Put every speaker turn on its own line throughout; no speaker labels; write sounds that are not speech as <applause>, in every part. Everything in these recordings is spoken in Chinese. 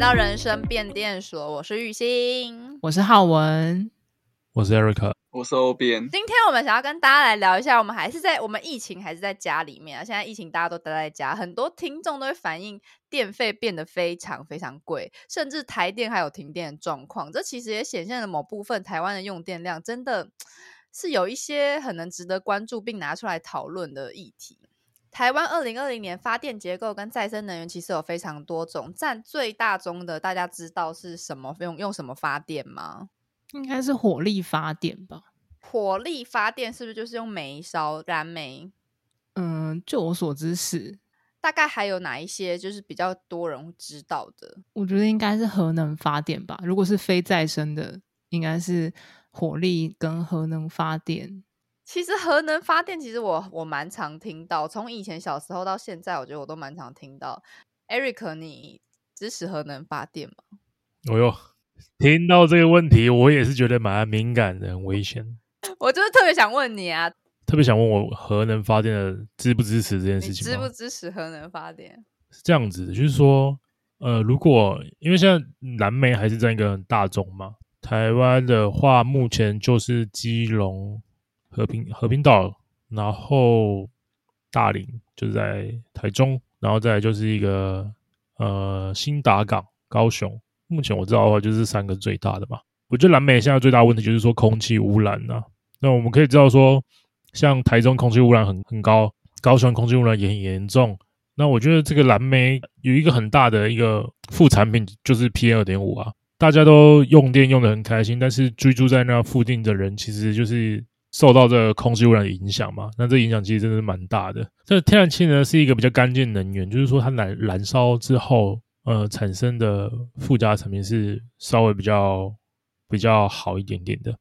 到人生变电所，我是玉兴。
我是浩文，
我是 Eric，
我是欧边，
今天我们想要跟大家来聊一下，我们还是在我们疫情还是在家里面啊。现在疫情大家都待在家，很多听众都会反映电费变得非常非常贵，甚至台电还有停电的状况。这其实也显现了某部分台湾的用电量真的是有一些很能值得关注并拿出来讨论的议题。台湾二零二零年发电结构跟再生能源其实有非常多种，占最大宗的，大家知道是什么用用什么发电吗？
应该是火力发电吧？
火力发电是不是就是用煤烧燃煤？
嗯，就我所知是，
大概还有哪一些就是比较多人知道的？
我觉得应该是核能发电吧。如果是非再生的，应该是火力跟核能发电。
其实核能发电，其实我我蛮常听到，从以前小时候到现在，我觉得我都蛮常听到。Eric，你支持核能发电吗？ <laughs>
哎呦，听到这个问题，我也是觉得蛮敏感的，很危险。
我就是特别想问你啊，
特别想问我核能发电的支不支持这件
你
事情
支
吗？
不支持核能发电？
是这样子的，就是说，呃，如果因为现在蓝莓还是占一个很大众嘛，台湾的话，目前就是基隆、和平、和平岛，然后大林就是在台中，然后再来就是一个呃新达港、高雄。目前我知道的话，就是这三个最大的嘛。我觉得蓝莓现在最大的问题就是说空气污染呐、那我们可以知道说，像台中空气污染很很高，高雄空气污染也很严重。那我觉得这个蓝莓有一个很大的一个副产品就是 PM 二点五啊，大家都用电用的很开心，但是居住在那附近的人其实就是受到这个空气污染的影响嘛。那这影响其实真的是蛮大的。这天然气呢是一个比较干净的能源，就是说它燃燃烧之后，呃，产生的附加产品是稍微比较比较好一点点的。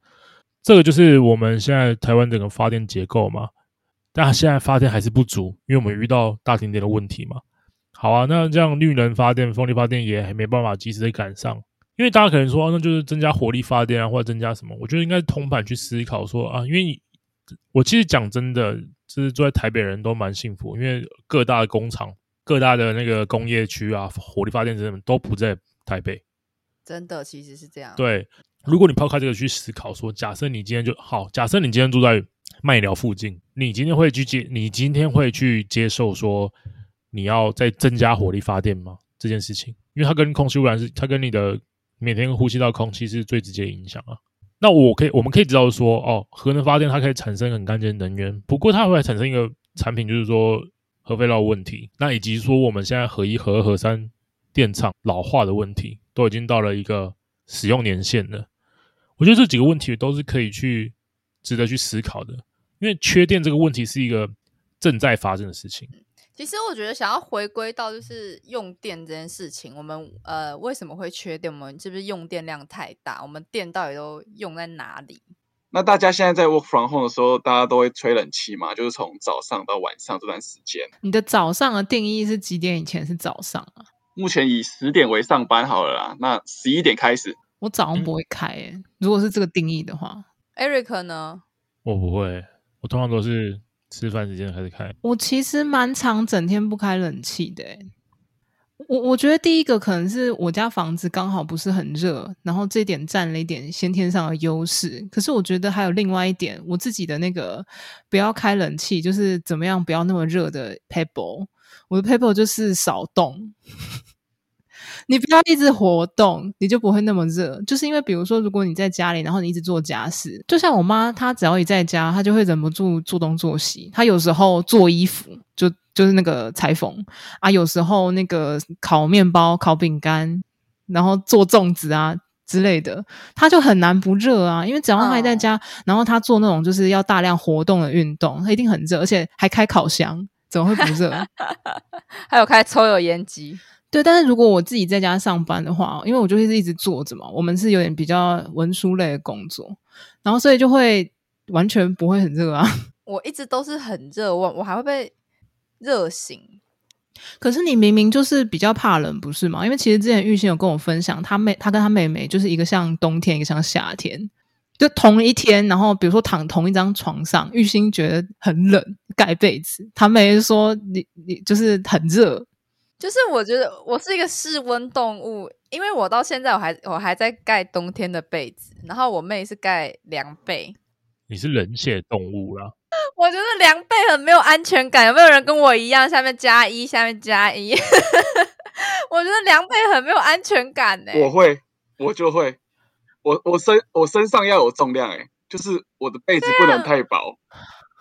这个就是我们现在台湾整个发电结构嘛。但现在发电还是不足，因为我们遇到大停电的问题嘛。好啊，那这样绿能发电、风力发电也还没办法及时的赶上，因为大家可能说、啊那就是增加火力发电啊，或者增加什么？我觉得应该是通盘去思考说啊，因为你我其实讲真的，就是住在台北人都蛮幸福，因为各大的工厂、各大的那个工业区啊，火力发电等等都不在台北，
真的，其实是这样。，
对，如果你抛开这个去思考说，假设你今天就好，假设你今天住在麦寮附近，你今天会去接，你今天会去接受说你要再增加火力发电吗？这件事情，因为它跟空气污染是，它跟你的每天呼吸到空气是最直接影响啊。那我可以，我们可以知道说，哦，核能发电它可以产生很干净的能源，不过它会产生一个产品，就是说核废料的问题，那以及说我们现在核一、核二、核三电厂老化的问题，都已经到了一个使用年限了。我觉得这几个问题都是可以去值得去思考的，因为缺电这个问题是一个正在发生的事情。
其实我觉得想要回归到就是用电这件事情，我们呃为什么会缺电？我们是不是用电量太大？我们电到底都用在哪里？
那大家现在在 work from home 的时候，大家都会吹冷气嘛，就是从早上到晚上这段时间。
你的早上的定义是几点以前是早上啊？
目前以十点为上班好了啦，那十一点开始，
我早上不会开诶、如果是这个定义的话，
Eric 呢？
我不会，我通常都是吃饭时间开始开。
我其实蛮常整天不开冷气的欸。我我觉得第一个可能是我家房子刚好不是很热，然后这点占了一点先天上的优势。可是我觉得还有另外一点，我自己的那个不要开冷气，就是怎么样不要那么热的 pebble。我的 pebble 就是少动，你不要一直活动，你就不会那么热。就是因为比如说，如果你在家里，然后你一直做家事，就像我妈，她只要一在家，她就会忍不住做东做西。她有时候做衣服，就就是那个裁缝啊，有时候那个烤面包、烤饼干，然后做粽子啊。之类的，她就很难不热啊，因为只要她还在家，然后她做那种就是要大量活动的运动，她一定很热，而且还开烤箱，怎么会不热？
还有开抽油烟机，
对，但是如果我自己在家上班的话，因为我就是一直坐着嘛，我们是有点比较文书类的工作，然后所以就会完全不会很热啊。 <laughs>
我一直都是很热，我我还会被热醒。
可是你明明就是比较怕冷，不是吗？因为其实之前玉兴有跟我分享，他妹他跟他妹妹就是一个像冬天，一个像夏天，就同一天，然后比如说躺同一张床上，玉兴觉得很冷，盖被子，他妹就说你你就是很热。
就是我觉得我是一个室温动物，因为我到现在我还我还在盖冬天的被子，然后我妹是盖凉被。
你是冷血动物啦，
我觉得凉被很没有安全感，有没有人跟我一样？下面加一，下面加一。 <laughs> 我觉得凉被很没有安全感呢、
我会，我就会，我我身我身上要有重量、欸，哎，就是我的被子不能
<laughs>
太薄。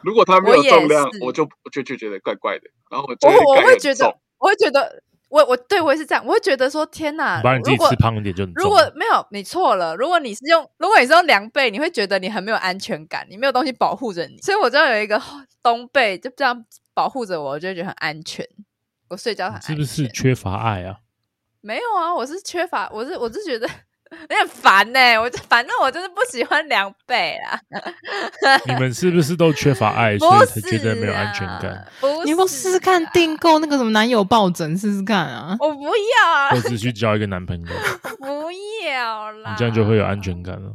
如果它没
我
有
也
重量，
是
我就我就就觉得怪怪的，然后我就
我我
盖
会
很
觉
重
得，我会觉得，我我对我也是这样，我会觉得说，天哪！
你把你自己
如果
吃胖一点就很重
如果没有你错了，如果你是用如果你是用凉被，你会觉得你很没有安全感，你没有东西保护着你，所以我知道有一个冬被就这样保护着我，我就会觉得很安全，我睡觉很
你
安全。
是不是缺乏爱啊？
没有啊，我是缺乏，我是我是觉得 <laughs> 有点烦呢、我就反正我就是不喜欢凉被啊，
<laughs> 你们是不是都缺乏爱，所
不
以
是
才觉得没有安全
啊 <laughs>
感，，
不
<laughs> 你要不要试试看
啊
订购那个什么男友抱枕试试看啊？
我不要啊
<laughs> 或，是去交一个男朋友，你
不要啦，
这样就会有安全感
啊
了。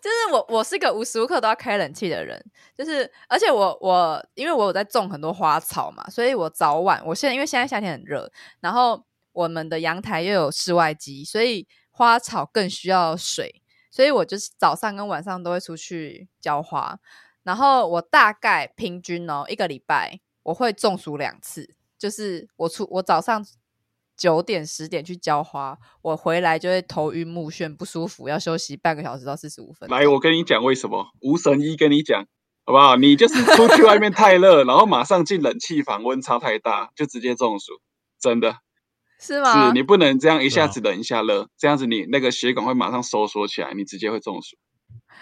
就是我，我是一个无时无刻都要开冷气的人，就是而且我我因为我有在种很多花草嘛，所以我早晚我现在因为现在夏天很热，然后我们的阳台又有室外机，所以花草更需要水，所以我就是早上跟晚上都会出去浇花，然后我大概平均哦一个礼拜我会中暑两次，就是我出我早上。九点十点去浇花，我回来就会头晕目眩，不舒服，要休息半个小时到四十五分钟。
来，我跟你讲为什么，吴神医跟你讲，好不好？你就是出去外面太热，然后马上进冷气房，温差太大，就直接中暑，真的
是吗？
是你不能这样一
是啊
下子冷一下热，这样子你那个血管会马上收缩起来，你直接会中暑。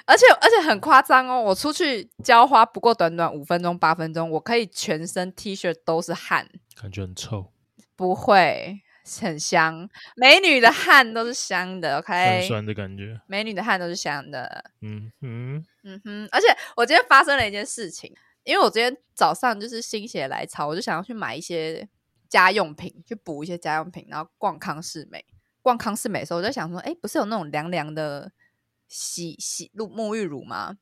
而且而且很夸张哦！我出去浇花，不过短短五分钟八分钟，我可以全身 T 恤都是汗，
感觉很臭，
不会很香。美女的汗都是香的
酸
，OK？
酸的感觉。
美女的汗都是香的，
嗯嗯，
嗯哼。而且我今天发生了一件事情，因为我今天早上就是心血来潮，我就想要去买一些家用品，去补一些家用品，然后逛康士美。逛康士美的时候，我就想说，哎，不是有那种凉凉的洗洗露沐浴乳吗？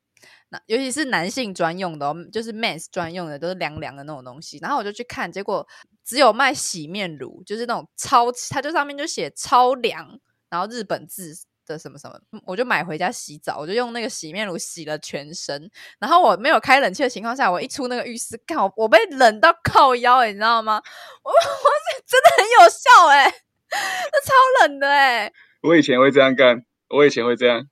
那尤其是男性专用的、哦，就是 men's 专用的，都是凉凉的那种东西。然后我就去看，结果只有卖洗面乳，就是那种超，它就上面就写超凉，然后日本字的什么什么，嗯我就买回家洗澡，我就用那个洗面乳洗了全身。然后我没有开冷气的情况下，我一出那个浴室，靠，我被冷到靠腰、欸，你知道吗？我 <laughs> 我是真的很有效哎、那超冷的哎、
我以前会这样干，我以前会这样，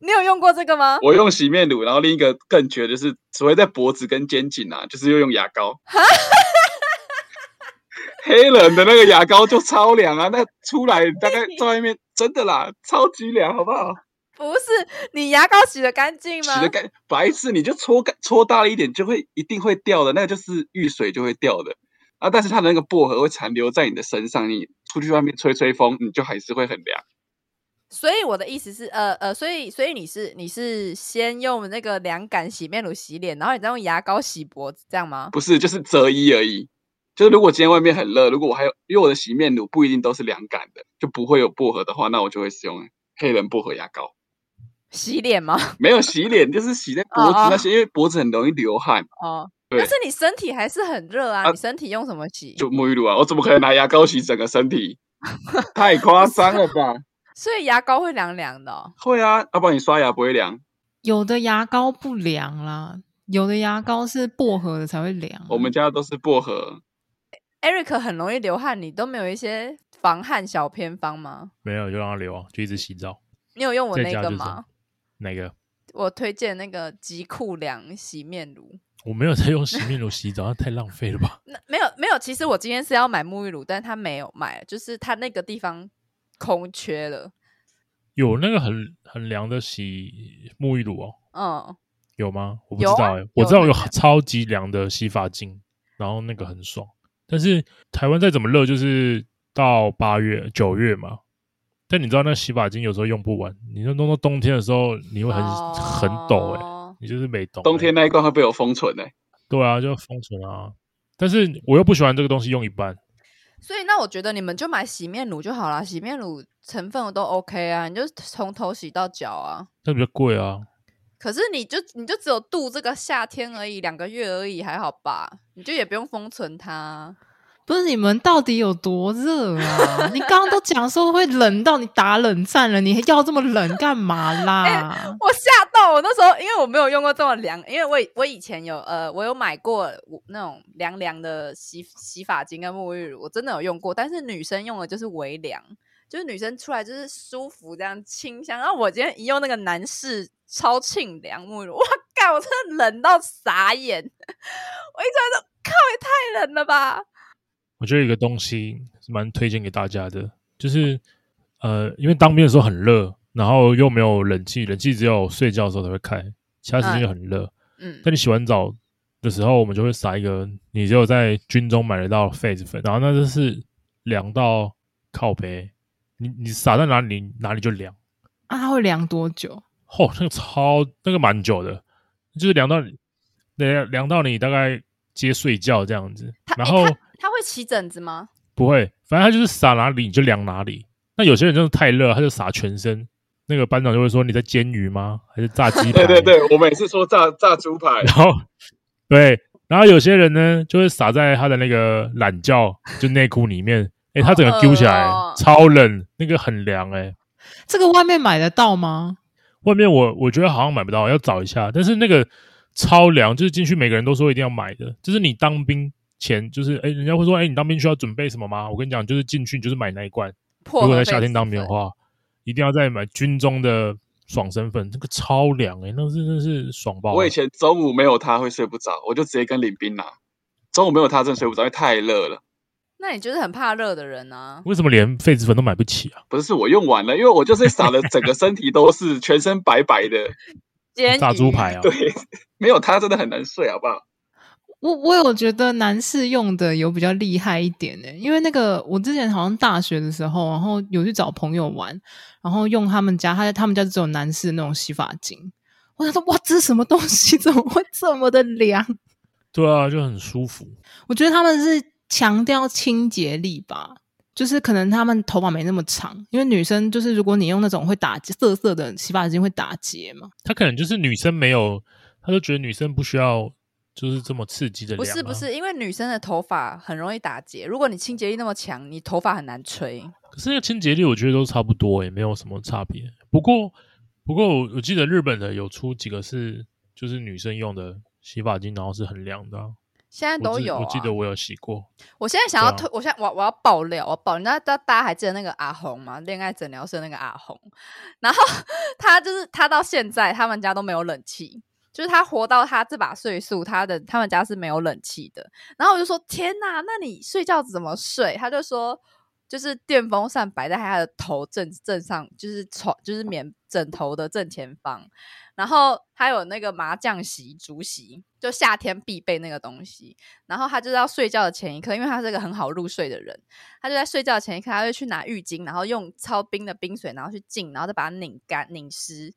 你有用过这个吗？
我用洗面乳，然后另一个更绝的是，只会在脖子跟肩颈啊，就是又用牙膏。 <laughs> 黑人的那个牙膏就超凉啊，那出来大概在外面真的啦，超级凉，好不好？
不是，你牙膏洗的干净吗
洗？的干白痴，你就搓干搓大了一点，就会一定会掉的，那个就是遇水就会掉的啊。但是它的那个薄荷会残留在你的身上，你出去外面吹吹风，你就还是会很凉。
所以我的意思是，呃呃，所以所以你是你是先用那个凉感洗面乳洗脸，然后你再用牙膏洗脖子，这样吗？
不是，就是择一而已。就是如果今天外面很热，如果我还有，因为我的洗面乳不一定都是凉感的，就不会有薄荷的话，那我就会使用黑人薄荷牙膏。
洗脸吗？
没有洗脸，就是洗在脖子
哦哦
那些，因为脖子很容易流汗，
哦，
对
但是你身体还是很热啊，
啊
你身体用什么洗？
就沐浴乳啊，我怎么可能拿牙膏洗整个身
<laughs>
体？太夸张了吧？
所以牙膏会凉凉的、哦。
会啊，要不然你刷牙不会凉。
有的牙膏不凉啦，有的牙膏是薄荷的才会凉啊。
我们家都是薄荷，
Eric 很容易流汗，你都没有一些防汗小偏方吗？
没有就让它流啊，就一直洗澡。
你有用我
在
那
家
个
就是
吗？
哪个？
我推荐那个极酷凉洗面乳。
我没有在用洗面乳洗澡，那太浪费了吧？
那没有没有，其实我今天是要买沐浴乳，但他没有买，就是他那个地方空缺了。
有那个很很凉的洗沐浴乳哦，
嗯，
有吗？我不知
有啊
道哎、我
有
知道
那
有
个
超级凉的洗发精，然后那个很爽。但是台湾再怎么热，就是到八月、九月嘛。但你知道那洗发精有时候用不完，你就弄到冬天的时候，你会很、很抖哎、
哦
你就是没懂、欸
冬天那一罐会被我封存欸呢、
对啊，就封存啊。但是我又不喜欢这个东西用一半，
所以那我觉得你们就买洗面乳就好啦，洗面乳成分都 OK 啊，你就从头洗到脚啊。
那比较贵啊。
可是你就你就只有度这个夏天而已，两个月而已，还好吧？你就也不用封存它啊。
不是你们到底有多热啊？ <laughs> 你刚刚都讲说会冷到你打冷战了，你还要这么冷干嘛啦？啊
我吓到我那时候，因为我没有用过这么凉，因为我以我以前有呃，我有买过我那种凉凉的洗洗发精跟沐浴乳，我真的有用过，但是女生用的就是微凉，就是女生出来就是舒服这样清香。然后我今天一用那个男士超沁凉沐浴乳，哇，干，我真的冷到傻眼， <laughs> 我一出来都靠也太冷了吧！
我觉得有一个东西是蛮推荐给大家的，就是呃，因为当兵的时候很热，然后又没有冷气，冷气只有睡觉的时候才会开，其他时间就很热。
嗯，
但你洗完澡的时候，我们就会撒一个，你只有在军中买得到的痱子粉，然后那就是凉到靠背，你你撒在哪里哪里就凉。
啊，它会凉多久？
哦，那个超那个蛮久的，就是凉到你凉凉到你大概接睡觉这样子，
它
然
诶
后
它它会起疹子吗？
不会，反正他就是撒哪里你就凉哪里。那有些人真的太热，他就撒全身。那个班长就会说：“你在煎鱼吗？还是炸鸡排？”
<laughs> 对对对，我每次说炸炸猪排，
然后对，然后有些人呢，就会撒在他的那个懒觉，就内裤里面。哎、他整个丢起来，
好恶哦
超冷，那个很凉哎、
这个外面买得到吗？
外面我我觉得好像买不到，要找一下。但是那个超凉，就是进去每个人都说一定要买的，就是你当兵前，就是哎、人家会说：“哎、你当兵需要准备什么吗？”我跟你讲，就是进去你就是买那一罐。
破
如果在
了
夏
痱
天
子
当兵的
粉
话，一定要再买军中的爽身粉，那个超凉哎、那真的是爽爆了！啊
我以前中午没有它会睡不着，我就直接跟领兵拿。中午没有它真的睡不着，因为太热了。
那你就是很怕热的人
<laughs>
啊。
为什么连痱子粉都买不起啊？
不是我用完了，因为我就是撒的整个身体都是，全身白白的。
煎
炸猪排
<laughs> 啊，
啊！
对，没有它真的很难睡，好不好？
我我有觉得男士用的有比较厉害一点呢、因为那个我之前好像大学的时候，然后有去找朋友玩，然后用他们家，他他们家只有男士那种洗发精。我想说，哇，这是什么东西？ <laughs> 怎么会这么的凉？
对啊，就很舒服。
我觉得他们是强调清洁力吧，就是可能他们头发没那么长，因为女生就是如果你用那种会打结涩涩的洗发精会打结嘛。
他可能就是女生没有，他就觉得女生不需要就是这么刺激的、啊
不是不，是，因为女生的头发很容易打结，如果你清洁力那么强，你头发很难吹。
可是那个清洁力我觉得都差不多、欸也没有什么差别。不过不过我我记得日本的有出几个是就是女生用的洗发精，然后是很凉的啊、
现在
我
都
记
有、啊
我记得我有洗过，
我现在想要
对啊
推，我现在我我要爆料，我爆，你知道大大家还记得那个阿红吗？恋爱诊疗室那个阿红，然后 <laughs> 他就是他到现在他们家都没有冷气，就是他活到他这把岁数，他的他们家是没有冷气的。然后我就说天哪，那你睡觉怎么睡？他就说就是电风扇摆在他的头正正上，就是床就是棉枕头的正前方，然后还有那个麻将席、竹席，就夏天必备那个东西。然后他就是要睡觉的前一刻，因为他是个很好入睡的人，他就在睡觉的前一刻，他会去拿浴巾，然后用超冰的冰水，然后去浸，然后再把它拧干、拧湿，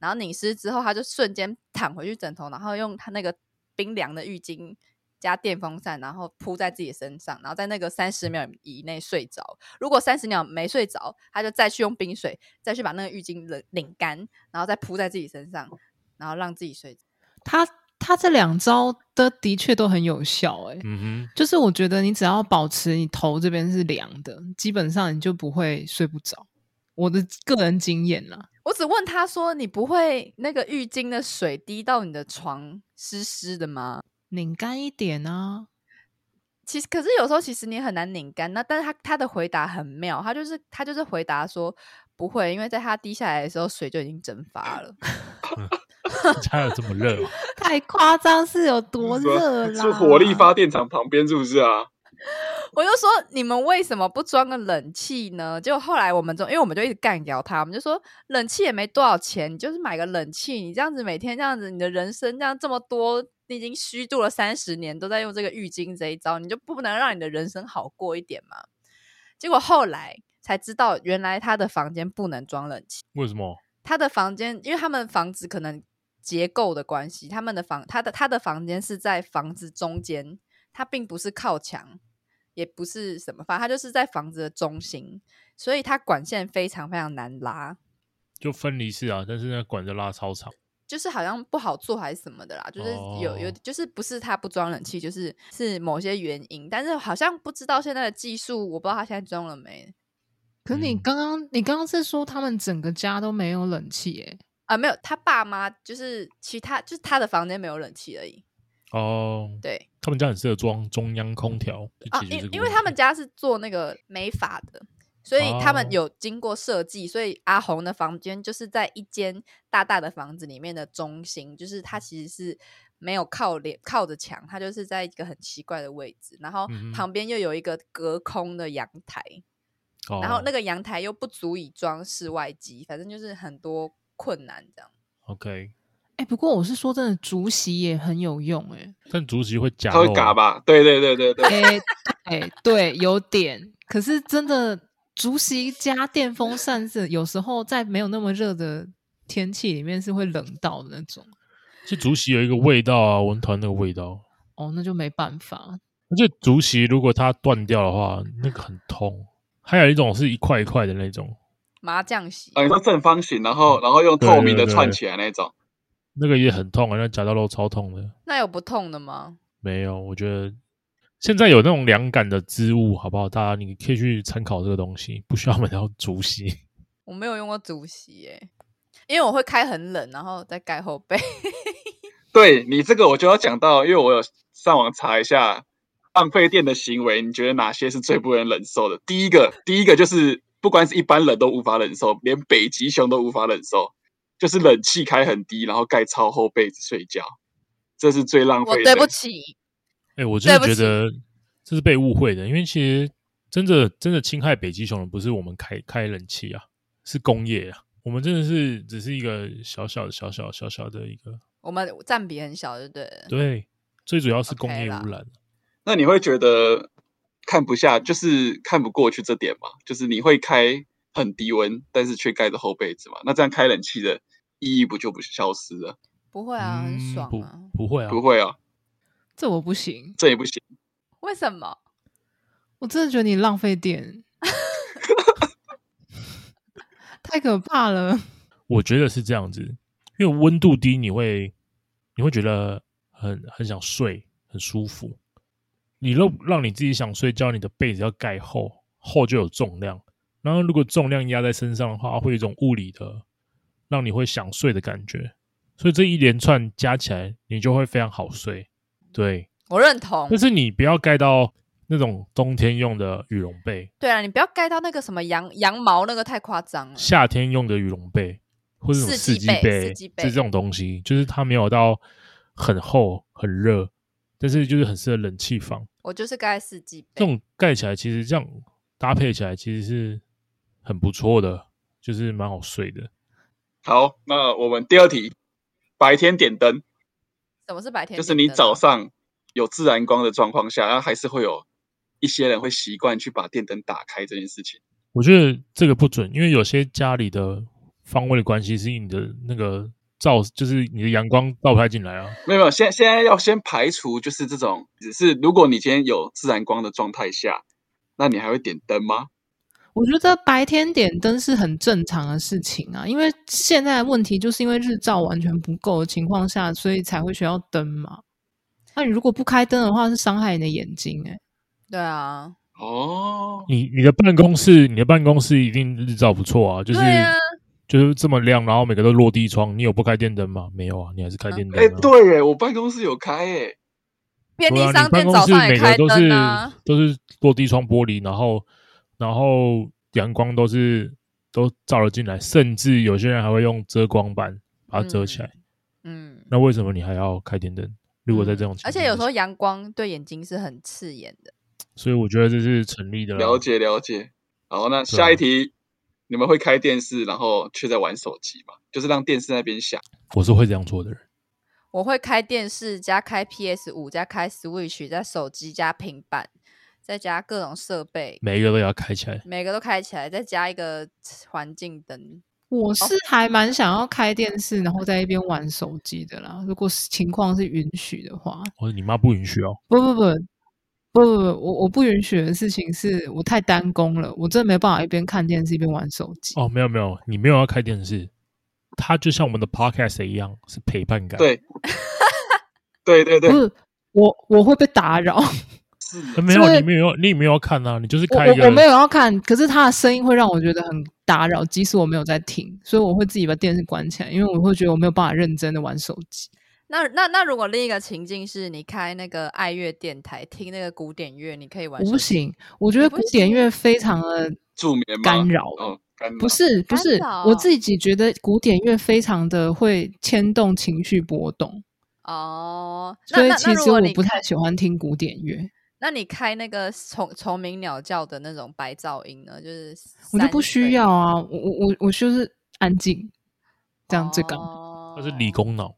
然后拧湿之后，他就瞬间躺回去枕头，然后用他那个冰凉的浴巾加电风扇，然后铺在自己身上，然后在那个三十秒以内睡着。如果三十秒没睡着，他就再去用冰水再去把那个浴巾冷拧干，然后再铺在自己身上，然后让自己睡着。
他他这两招的的确都很有效、欸，
嗯
就是我觉得你只要保持你头这边是凉的，基本上你就不会睡不着。我的个人经验啦，
我只问他说：“你不会那个浴巾的水滴到你的床湿湿的吗
拧干一点啊。？”
其实，可是有时候其实你很难拧干。那但是他他的回答很妙，他就是他就是回答说不会，因为在他滴下来的时候，水就已经蒸发了。 <laughs>
哼，家有这么热吗？哦
太夸张是有多热啦！
是火力发电厂旁边是不是啊？
我就说你们为什么不装个冷气呢？结果后来我们中，因为我们就一直干掉他，我们就说冷气也没多少钱，你就是买个冷气，你这样子每天这样子，你的人生这样这么多，你已经虚度了三十年，都在用这个浴巾这一招，你就不能让你的人生好过一点吗？结果后来才知道，原来他的房间不能装冷气。
为什么？
他的房间，因为他们房子可能结构的关系，他们的房他的他的房间是在房子中间，它并不是靠墙，也不是什么，反正它就是在房子的中心，所以它管线非常非常难拉。
就分离式啊，但是那管子拉超长。
就是好像不好做还是什么的啦，就是有有
哦
就是不是它不装冷气，就是是某些原因，但是好像不知道现在的技术，我不知道它现在装了没
可是你
嗯
刚刚、你刚刚是说他们整个家都没有冷气欸耶、
啊、没有，他爸妈就是其他就是他的房间没有冷气而已，
哦，
对
他们家很适合装中央空调，就
啊，
解决
因
这个
因为
问
他
题
们家是做那个美发的。所以他
哦
们有经过设计，所以阿红的房间就是在一间大大的房子里面的中心，就是它其实是没有靠脸靠着墙，它就是在一个很奇怪的位置，然后
嗯哼
旁边又有一个隔空的阳台，
哦
然后那个阳台又不足以装室外机，反正就是很多困难这样。
OK，
哎、不过我是说真的，竹席也很有用哎、
但竹席会夹
他会
肉
嘎
啊，
吧？对对对对对，
哎、对对，有点。可是真的，竹席加电风扇是有时候在没有那么热的天气里面是会冷到的那种。
其实竹席有一个味道啊，我很讨厌那个味道。
哦，那就没办法。
而且竹席如果它断掉的话，那个很痛。还有一种是一块一块的那种，
麻将席
啊，你说正方形，然后然后用
对
透明
对
的
对
串起来那种，
那个也很痛啊，那夹到肉超痛的。
那有不痛的吗？
没有，我觉得现在有那种凉感的织物，好不好？大家你可以去参考这个东西，不需要买到竹席。
我没有用过竹席耶、因为我会开很冷，然后再盖后背。
对你这个我就要讲到，因为我有上网查一下浪费电的行为，你觉得哪些是最不能忍受的？第一个，第一个就是不管是一般人都无法忍受，连北极熊都无法忍受，就是冷气开很低，然后盖超厚被子睡觉，这是最浪
我
费的。
对不起，
哎、我真的
对不
觉
起
得这是被误会的，因为其实真的真的侵害北极熊的不是我们开开冷气啊，是工业啊。我们真的是只是一个小小的、小小、小小的一个，
我们占比很小，就对了。
对，最主要是
OK
工业
啦
污染。啊
那你会觉得看不下，就是看不过去这点吗？就是你会开很低温，但是却盖着厚被子嘛？那这样开冷气的意义不就不消失了？
不会啊，很
嗯
爽
不
啊。
不会啊，
不会啊，
这我不行，
这也不行。
为什么？
我真的觉得你浪费电， <laughs> 太可怕了。
我觉得是这样子，因为温度低，你会你会觉得很很想睡，很舒服。你让让你自己想睡觉，你的被子要盖厚，厚就有重量。然后如果重量压在身上的话，会有一种物理的让你会想睡的感觉。所以这一连串加起来，你就会非常好睡。对，
我认同
但。是你不要盖到那种冬天用的羽绒被，
对啊，你不要盖到那个什么羊羊毛，那个太夸张了。
夏天用的羽绒被，或者那种
嗯四季
季
被
被，
四季被
是这种东西，就是它没有到很厚很热，但是就是很适合冷气房。
我就是盖四季
这
被。
种盖起来其实这样搭配起来其实是很不错的，就是蛮好睡的。
好，那我们第二题，白天点灯，
什么是白天？
就是你
早
早
上。
上有自然光的状况下，然后还是会有一些人会习惯去把电灯打开这件事情。
我觉得这个不准，因为有些家里的方位的关系是你的那个照，就是你的阳光照不太进来啊。
没有没有，现现在要先排除就是这种，只是如果你今天有自然光的状态下，那你还会点灯吗？
我觉得白天点灯是很正常的事情啊，因为现在的问题就是因为日照完全不够的情况下，所以才会需要灯嘛。那你如果不开灯的话，是伤害你的眼睛哎、
对啊，
哦，
你你的办公室，你的办公室一定日照不错啊，就是、
对啊
就是这么亮，然后每个都落地窗，你有不开电灯吗？没有啊，你还是
嗯
开电灯、啊。
哎、对耶，我办公室有开耶，
便利
对啊，
商
你办
店
公
早
室
上也
每
开
个都
灯
是、
啊。
都是落地窗玻璃，然后然后阳光都是都照了进来，甚至有些人还会用遮光板把它遮起来。
嗯，
那为什么你还要开电灯？如果在这种情况
而
之
且
下，
有时候阳光对眼睛是很刺眼的。
所以我觉得这是成立的啦。
了解了解。好，那
啊对
下
啊
一题，你们会开电视，然后却在玩手机吗？就是让电视那边响。
我是会这样做的人。
我会开电视，加开 PS 五，加开 Switch，加手机，加平板，再加各种设备，
每一个都要开起来，
每个都开起来，再加一个环境灯。
我是还蛮想要开电视，然后在一边玩手机的啦。如果是情况是允许的话，
我说你妈不允许哦。
不不不不不不，我我不允许的事情是我太
哦
单工了，我真的没办法一边看电视一边玩手机。
哦，没有没有，你没有要开电视，它就像我们的 podcast 一样，是陪伴感。
对，对对对
不，是我我会被打扰，
呃，没有
这个
你没有你没有要看啊，你就是
我
开一
我我没
个
有要看，可是他的声音会让我觉得很打扰，即使我没有在听，所以我会自己把电视关起来，因为我会觉得我没有办法认真的玩手机。
那那那如果另一个情境是你开那个爱乐电台听那个古典乐，你可以玩
我
手
不
机
行，我觉得
不
古典
行
乐非常的
助眠吗
干扰
哦，干扰
不是不
干
是
扰，
我自己觉得古典乐非常的会牵动情绪波动，
哦。那
所以
那
其
那如
实
果
我
你
不
开
太喜欢听古典乐，
那你开那个虫虫鸣鸟叫的那种白噪音呢？就是
我就不
30
需要啊，我我我我就是安静，这样最刚好。
哦
它是理工脑，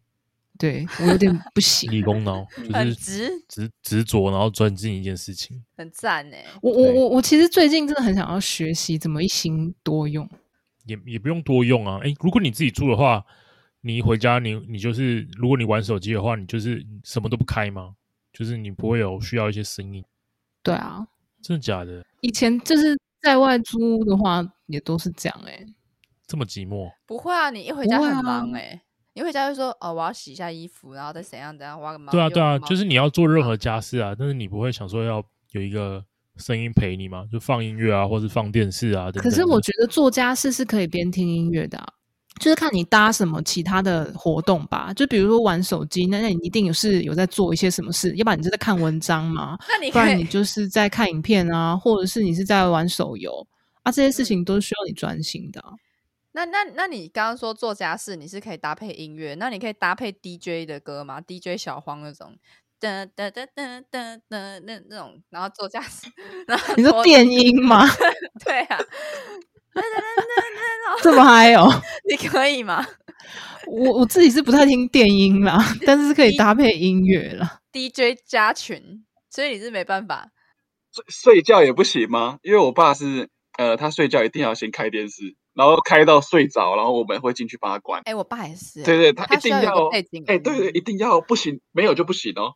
对我有点不
<laughs>
行，
理工脑就
很
是
直
执执着，然后专进一件事情。
很赞哎、
我我
对
我我其实最近真的很想要学习怎么一心多用，
也也不用多用啊。诶，如果你自己住的话，你一回家你你就是，如果你玩手机的话，你就是什么都不开吗？就是你不会有需要一些声音，
对啊，
真的假的？
以前就是在外租屋的话也都是这样哎、
这么寂寞？
不会啊，你一回
不
家
会
很
啊
忙哎、你一回家就说哦，我要洗一下衣服，然后再怎样怎样，我要忙。
对啊，对啊，
又忙
就是你要做任
嗯
何家事啊，但是你不会想说要有一个声音陪你嘛？就放音乐啊，或是放电视啊等等
可
的。
是我觉得做家事是可以边听音乐的、啊，就是看你搭什么其他的活动吧。就比如说玩手机，那那你一定有是有在做一些什么事，要不然你就在看文章
<laughs>
嘛，
那你
不
可
然你
以
就是在看影片啊，或者是你是在玩手游啊，这些
嗯
事情都是需要你专心的啊、
那那那你刚刚说做家事，你是可以搭配音乐，那你可以搭配 DJ 的歌吗？DJ 小黄那种。噔噔噔噔噔噔，那那种，然后做家事，然后
你说
拖
电音
<laughs>
吗？
对啊，
这么嗨哦！
你可以吗
我我自己是不太听电音啦，
<laughs>
但是是可以搭配音乐啦。
？DJ 加群，所以你是没办法
睡睡觉也不行吗？因为我爸是呃，他睡觉一定要先开电视，然后开到睡着，然后我们会进去帮他关。
哎、我爸也是欸、
对对，他
他
一
需
定
要有
要
个背景音乐，
哎，对对，一定要不行，没有就不行哦。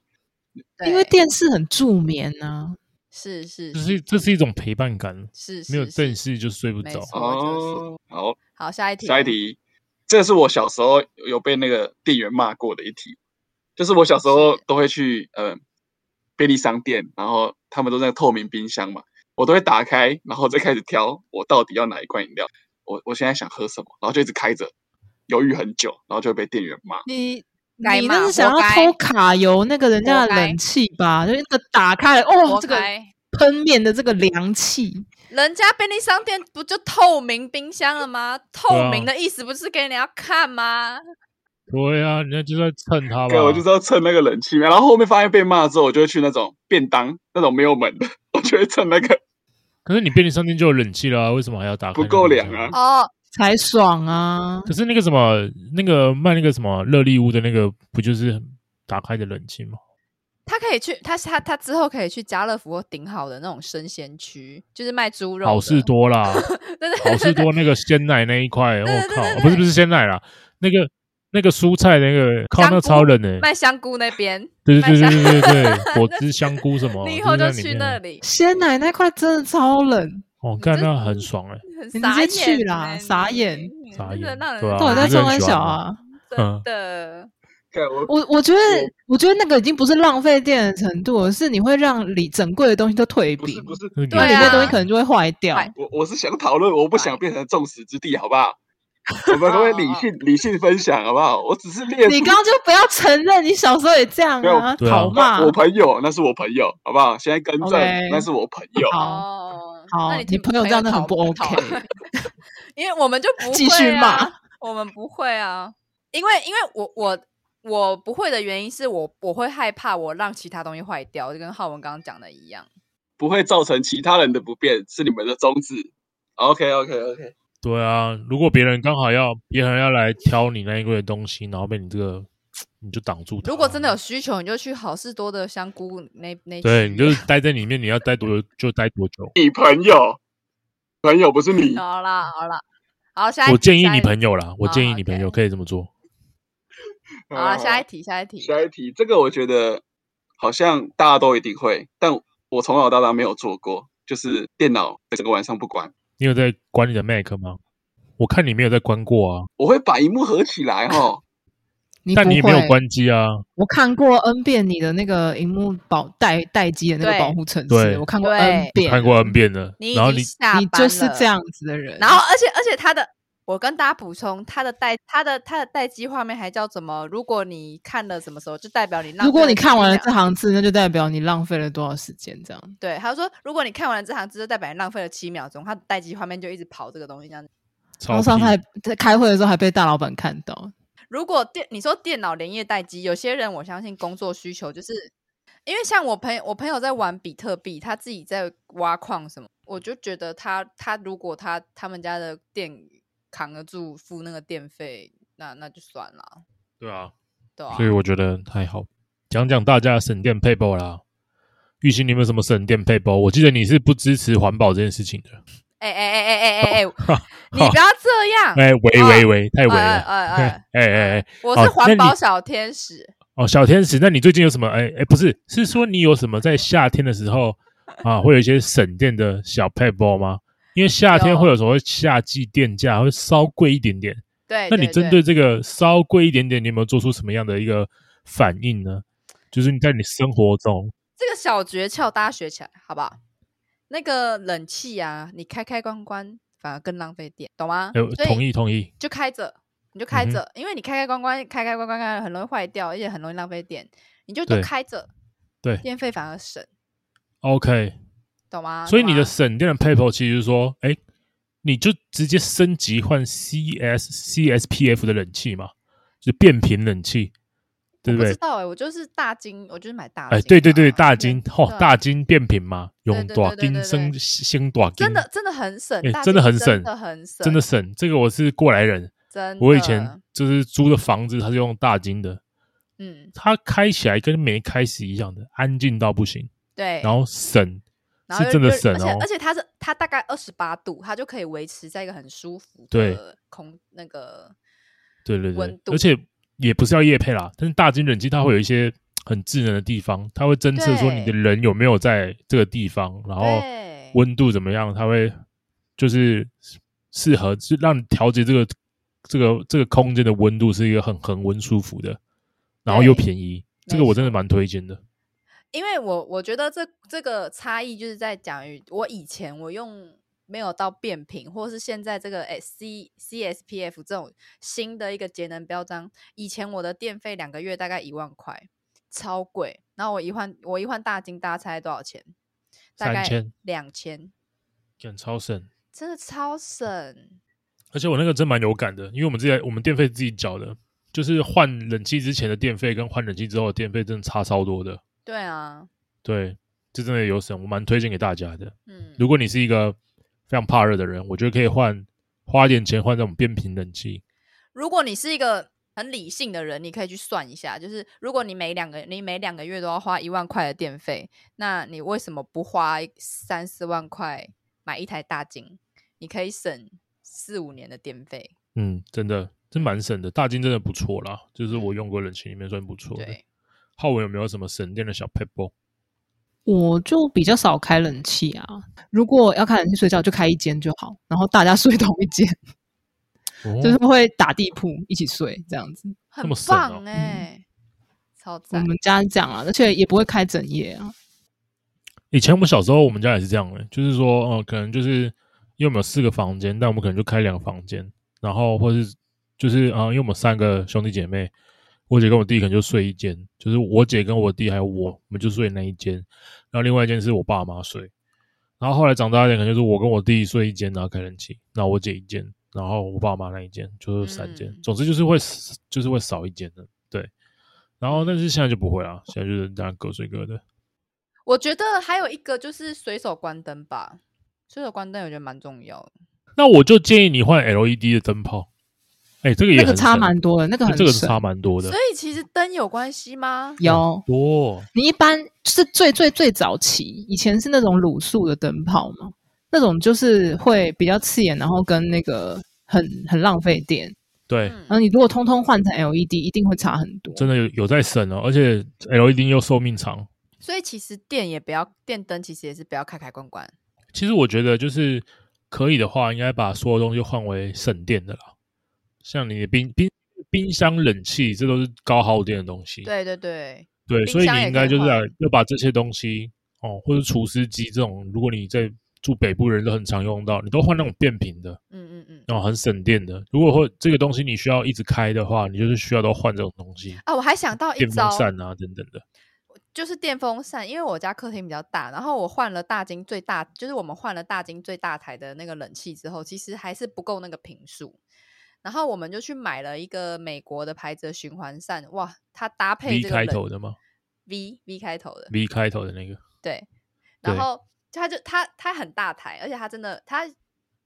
对，
因为电视很助眠啊呐、
是是
这
是
是这是一种陪伴感，
是
没有
是
正视就睡不
没
着。
错我就是
哦，好，
好，下一题，
下一，题，这是我小时候有被那个店员骂过的一题，就是我小时候
是
都会去呃便利商店，然后他们都在透明冰箱嘛，我都会打开，然后再开始挑我到底要哪一罐饮料，我我现在想喝什么，然后就一直开着，犹豫很久，然后就会被店员骂。
你
该
你
骂
那是想
活
要
该
偷卡油那个人家
活
的
该
冷气吧？就是那个打开来，哦
活，
这个
该。
喷面的这个凉气，
人家便利商店不就透明冰箱了吗？
啊
透明的意思不是给人家看吗？
对啊，人家就在蹭他吧。
对，我就是要蹭那个冷气，然后后面发现被骂之后，我就会去那种便当那种没有门的， <laughs> 我就会蹭那个
可是你便利商店就有冷气了、啊，为什么还要打开？
不够凉啊！！
哦，
才爽啊！
可是那个什么，那个卖那个什么热力屋的那个，不就是打开的冷气吗？
他可以去，他他他之后可以去家乐福或顶好的那种生鲜区，就是卖猪肉的。
好事多啦，
对，对
好
对
事
对
多那个鲜奶那
<laughs>
一块，我
对对
靠，
对
哦不是不是鲜奶啦，那个那个蔬菜那个，靠
香菇
那超冷的，
卖香菇那边，
对对
卖
对
香
对对
<laughs>
对对，果汁香菇什么，
你以后就
都哦是在
去
里面
那，里， <laughs>
鲜奶那块真的超冷，
哦，干
你这
那很爽哎，
很
你
傻
直接去
眼
啦
欸
傻
你
眼
嗯
傻
真的
眼
让人
对啊嗯
到底在
你是
上
很
班
喜欢
小
吗
啊？
真的。
看我
我我觉得，我觉得那个已经不是浪费电的程度了，是你会让里整柜的东西都退
不是
冰，
不是，
那
对
那
啊
里面的东
东
西
西
可能就会坏掉。
坏
我我是想讨论，我不想变成众矢之的，好不好？我们可不可以理性理性分享，好不好？我只是列
你
出
刚刚就不要承认你小时候也这样
没
啊，
有
对啊
讨骂。
我朋友，那是我朋友，好不好？现在更正
OK
那是我朋友。
好
哦，
好
那，你
你
听
朋友这样的很
讨
不
讨
OK。
<laughs> 因为我们就不会、啊、
继续骂，
我们不会啊，因为因为我我我不会的原因是我我会害怕我让其他东西坏掉，就跟浩文刚刚讲的一样。
不会造成其他人的不便，是你们的宗旨。OK OK OK，
对啊，如果别人刚好要别人要来挑你那一柜的东西，然后被你这个你就挡住他，
如果真的有需求，你就去好事多的香菇那那
对，
区
你就是待在里面，你要待多久就待多
<laughs>
久。
你朋友，朋友不是你，
好啦好啦，好下一
我
题
建议
下一
你
题
朋友啦，我
好
建议你朋
哦 OK
友可以这么做。
好
<laughs>
啦，下一
一
题下一题
下一题，这个我觉得好像大家都一定会，但我从小到大没有做过，就是电脑整个晚上不关。
你有在管你的 Mac 吗？我看你没有在关过啊，
我会把荧幕合起来哈。
你
但
不
你也没有
会
关机啊。
我看过 N 遍你的那个荧幕保待待机的那个
对
保护程
对
式，我看过
对
N 遍，
看过 N 遍了
你，已
然后
经
你
下班
你就是
了
这样子的人。
然后，而且而且他的，我跟大家补充，他的待他的他的待机画面还叫怎么？如果你看了什么时候，就代表你浪费
如果你看完了
几
这
秒
行字，那就代表你浪费了多少时间，这样。
对，他说如果你看完了这行字，就代表你浪费了七秒钟。他的待机画面就一直跑这个东西这样子。
然
超
后上次
屁
还在开会的时候还被大老板看到，
如果电你说电脑连夜待机，有些人我相信工作需求就是，因为像我朋友我朋友在玩比特币，他自己在挖矿什么，我就觉得他他如果他他们家的店扛得住付那个电费，那那就算了，
对啊，
对啊
所。以我觉得还好。讲讲大家的省电配包啦，玉鑫，你有没有什么省电配包？我记得你是不支持环保这件事情的。
哎哎哎哎哎
<laughs>
哎，哎你不要这样！
哎、喂喂喂，太
哎
喂
哎
了！
哎
<laughs> 哎
哎，
哎哎，
我
好
是
那
环
你
保小天使，
哦，小天使，那你最近有什么？哎哎，不是，是说你有什么在夏天的时候啊，会有一些省电的小配包吗？因为夏天
有
会有时候夏季电价会稍贵一点点，
对，
那你
对
针
对
对这个稍贵一点点，你有没有做出什么样的一个反应呢？就是你在你生活中，
这个小诀窍，大家学起来好不好？那个冷气啊，你开开关关反而更浪费电，懂吗？
哎、
所以
同意同意，
就开着，你就开
嗯哼
着，因为你开开关关，开开关关，开很容易坏掉，而且很容易浪费电，你就
对
都开着，
对
电费反而省，
，OK。
懂吗？
所以
懂
你的
吗
省电的 paper 其实是说，哎、你就直接升级换 CS CSPF 的冷气嘛，就是变频冷气，对
我
不
不
对
知？道哎、我就是大金，我就是买大金嘛，
哎，对对对，大
对
金哦，
对
大金变频嘛，用
对对
短
对对
金
对
升
对
升短金，
真的真的很省
哎，
大
真的
金
很省
真的很省，
真的省，这个我是过来人，
真的。
我以前就是租的房子，它是用大金的，
嗯，
它开起来跟没开是一样的，安静到不行，
对，
然后省
然后
是
又
真的
又
省
而且
哦
而，且它是它大概二十八度，它就可以维持在一个很舒服
对
的空那个
对对对
温，度
而且也不是要夜配啦，但是大金冷气它会有一些很智能的地方，它会侦测说你的
对
人有没有在这个地方，然后
对
温度怎么样，它会就是适合就让你调节这个这个这个空间的温度是一个很恒温舒服的，然后又
对
便宜，
没
这个我真的
错
蛮推荐的。
因为我我觉得这这个差异就是在讲于我以前我用没有到变频，或是现在这个诶 C C S P F 这种新的一个节能标章，以前我的电费两个月大概一万块，超贵。然后我一换我一换大金，大家猜多少钱？大概
3000
两千，
很超省，
真的超省。
而且我那个真蛮有感的，因为我们自己我们电费自己缴的，就是换冷气之前的电费跟换冷气之后的电费真的差超多的。
对啊，
对，这真的有省，我蛮推荐给大家的。
嗯，
如果你是一个非常怕热的人，我觉得可以换花一点钱换那种变频冷气。
如果你是一个很理性的人，你可以去算一下，就是如果你每两个你每两个月都要花一万块的电费，那你为什么不花三四万块买一台大金？你可以省四五年的电费。
嗯，真的，真蛮省的。大金真的不错啦，就是我用过冷气里面算不错的。
对，
浩文有没有什么省电的小 paper？
我就比较少开冷气啊。如果要开冷气睡觉，就开一间就好，然后大家 <laughs> 睡同一间，
哦
就是会打地铺一起睡这样子。
很
么省哦
棒哎、超
我
赞！
们家是这样啊，而且也不会开整夜啊。
以前我们小时候，我们家也是这样的、就是说，哦、可能就是因为我们有四个房间，但我们可能就开两个房间，然后或是就是啊、呃因为我们三个兄弟姐妹，我姐跟我弟可能就睡一间，就是我姐跟我弟还有我，我们就睡那一间，然后另外一间是我爸妈睡，然后后来长大一点，可能就是我跟我弟睡一间，然后开冷气，然后我姐一间，然后我爸妈那一间，就是三间，
嗯
总之就是会就是会少一间的，对。然后但是现在就不会啊，现在就是大家各睡各的。
我觉得还有一个就是随手关灯吧，随手关灯我觉得蛮重要的。
那我就建议你换 LED 的灯泡。哎、这个也
那
很
个差
省
蛮多的，那个
对
很
这个是
省
差蛮多的
所，以其实灯有关系吗？
有。
多
你一般是最最最早期，以前是那种卤素的灯泡嘛，那种就是会比较刺眼，然后跟那个很很浪费电。
对，
嗯
然后你如果通通换成 LED，一定会差很多。
真的有有在省哦，而且 LED 又寿命长。
所以其实电也不要电灯，其实也是不要开开关关。
其实我觉得就是可以的话，应该把所有东西换为省电的啦，像你的冰冰冰箱、冷气，这都是高耗电的东西。
对对对，
对，
冰
所以
箱
你
也
应
可
该
以
就是
换
要要把这些东西哦，或者除湿机这种，如果你在住北部的人都很常用到，你都换那种变频的，
嗯嗯嗯。
然后很省电的。如果会这个东西你需要一直开的话，你就是需要都换这种东西，
啊，我还想到一
电风
招，
扇啊等等的。
就是电风扇，因为我家客厅比较大，然后我换了大金最大，就是我们换了大金最大台的那个冷气之后，其实还是不够那个频数。然后我们就去买了一个美国的牌子的循环扇，哇，它搭配
V
这个
开
冷
头的吗
，V V 开头的，
？V 开头的那个，
对。然
对
后它就它它很大台，而且它真的它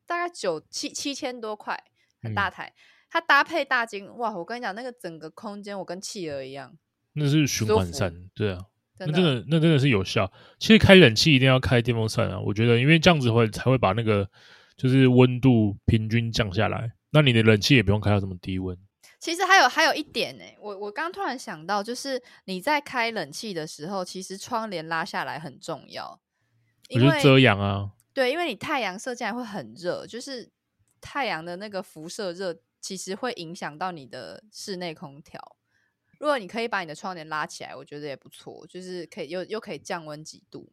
大概九七七千多块，很大
嗯
台。它搭配大金，哇！我跟你讲，那个整个空间我跟企鹅一样，
那是循
舒
环
服
扇，对啊，
真的。
那真的那真的是有效。其实开冷气一定要开电风扇啊，我觉得，因为这样子会才会把那个就是温度平均降下来，那你的冷气也不用开到这么低温。
其实还有还有一点呢、我我刚突然想到，就是你在开冷气的时候，其实窗帘拉下来很重要，
我
因
觉
为
得遮阳啊，
对，因为你太阳射进来会很热，就是太阳的那个辐射热，其实会影响到你的室内空调。如果你可以把你的窗帘拉起来，我觉得也不错，就是可以又又可以降温几度。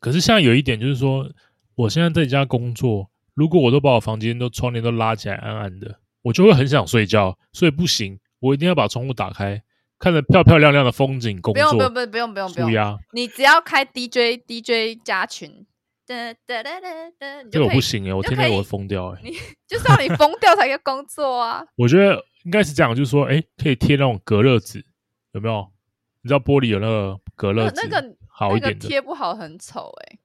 可是现在有一点就是说，我现在在家工作，如果我都把我房间都窗帘都拉起来暗暗的，我就会很想睡觉，所以不行，我一定要把窗户打开，看着漂漂亮亮的风景工
不用不用
作
不。用不用不用不
舒
用，
压，
你只要开 DJ DJ 加群，哒哒哒哒哒，你
这
就
个我
可以
不，行哎、我
就
听
可
了我
以
会疯掉哎、
就是要你疯掉才可以工作啊。
我觉得应该是这样，就是说，哎、可以贴那种隔热纸，有没有？你知道玻璃有那个隔热
那
纸，
那个
好
那
一
个
点的，
贴不好很丑哎、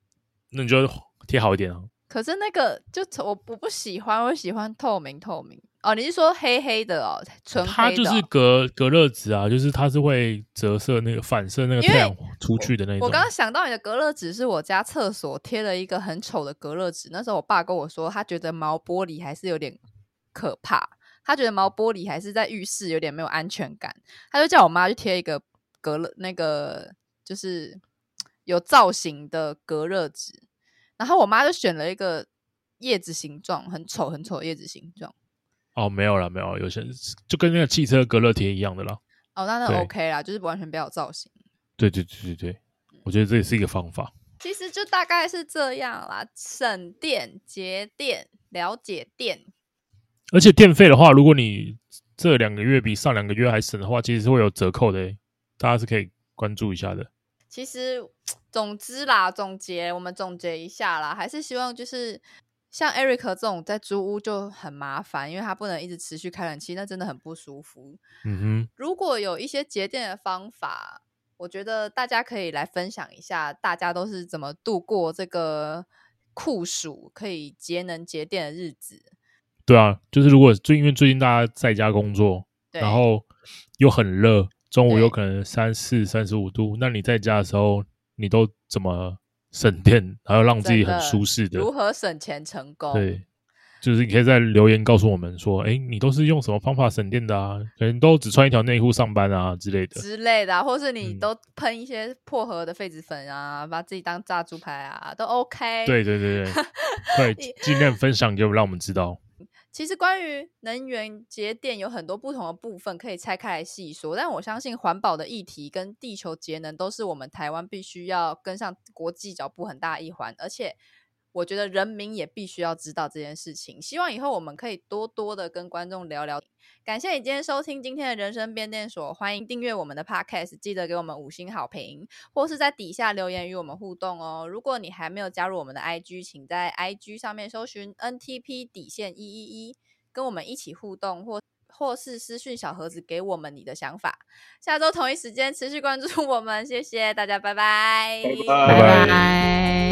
那你就贴好一点啊。
可是那个就丑，我我不喜欢，我喜欢透明透明哦。你是说黑黑的哦，纯
它
黑
就
的哦、
是隔隔热纸啊，就是它是会折射那个反射那个
因为
太阳出去的那种。
我刚刚想到你的隔热纸是我家厕所贴了一个很丑的隔热纸，那时候我爸跟我说，他觉得毛玻璃还是有点可怕，他觉得毛玻璃还是在浴室有点没有安全感，他就叫我妈去贴一个隔热那个就是有造型的隔热纸，然后我妈就选了一个叶子形状，很丑很丑的叶子形状。
哦，没有了，没有，有些就跟那个汽车隔热贴一样的啦。
哦，那
对
那 OK 啦，就是完全不要有造型。
对对对对对，我觉得这也是一个方法。
其实就大概是这样啦，省电节电，了解电，
而且电费的话，如果你这两个月比上两个月还省的话，其实是会有折扣的欸、大家是可以关注一下的。
其实，总之啦，总结我们总结一下啦，还是希望就是像 Eric 这种在租屋就很麻烦，因为他不能一直持续开冷气，那真的很不舒服。
嗯
如果有一些节电的方法，我觉得大家可以来分享一下，大家都是怎么度过这个酷暑，可以节能节电的日子。
哼，对啊，就是如果最因为最近大家在家工作，
对，
然后又很热，中午
对
有可能三四、三十五度，那你在家的时候，你都怎么省电，然后让自己
真
很
的
舒适的？
如何省钱成功？
对，就是你可以在留言告诉我们说，哎，你都是用什么方法省电的啊？可能都只穿一条内裤上班啊之类的。
之类的、啊，或是你
嗯
都喷一些薄荷的痱子粉啊，把自己当炸猪排啊，都 OK。
对，对对 <laughs> 对，快
你
尽量分享给我们，让我们知道。
其实关于能源节电有很多不同的部分可以拆开来细说，但我相信环保的议题跟地球节能都是我们台湾必须要跟上国际脚步很大一环，而且。我觉得人民也必须要知道这件事情。希望以后我们可以多多的跟观众聊聊感谢你今天收听今天的人生变电所，欢迎订阅我们的 podcast，记得给我们五星好评，或是在底下留言与我们互动哦。如果你还没有加入我们的 IG，请在 IG 上面搜寻 NTP 底线一一一，跟我们一起互动或。或是私讯小盒子给我们你的想法，下周同一时间持续关注我们，谢谢大家，拜拜，
拜拜
拜
拜
拜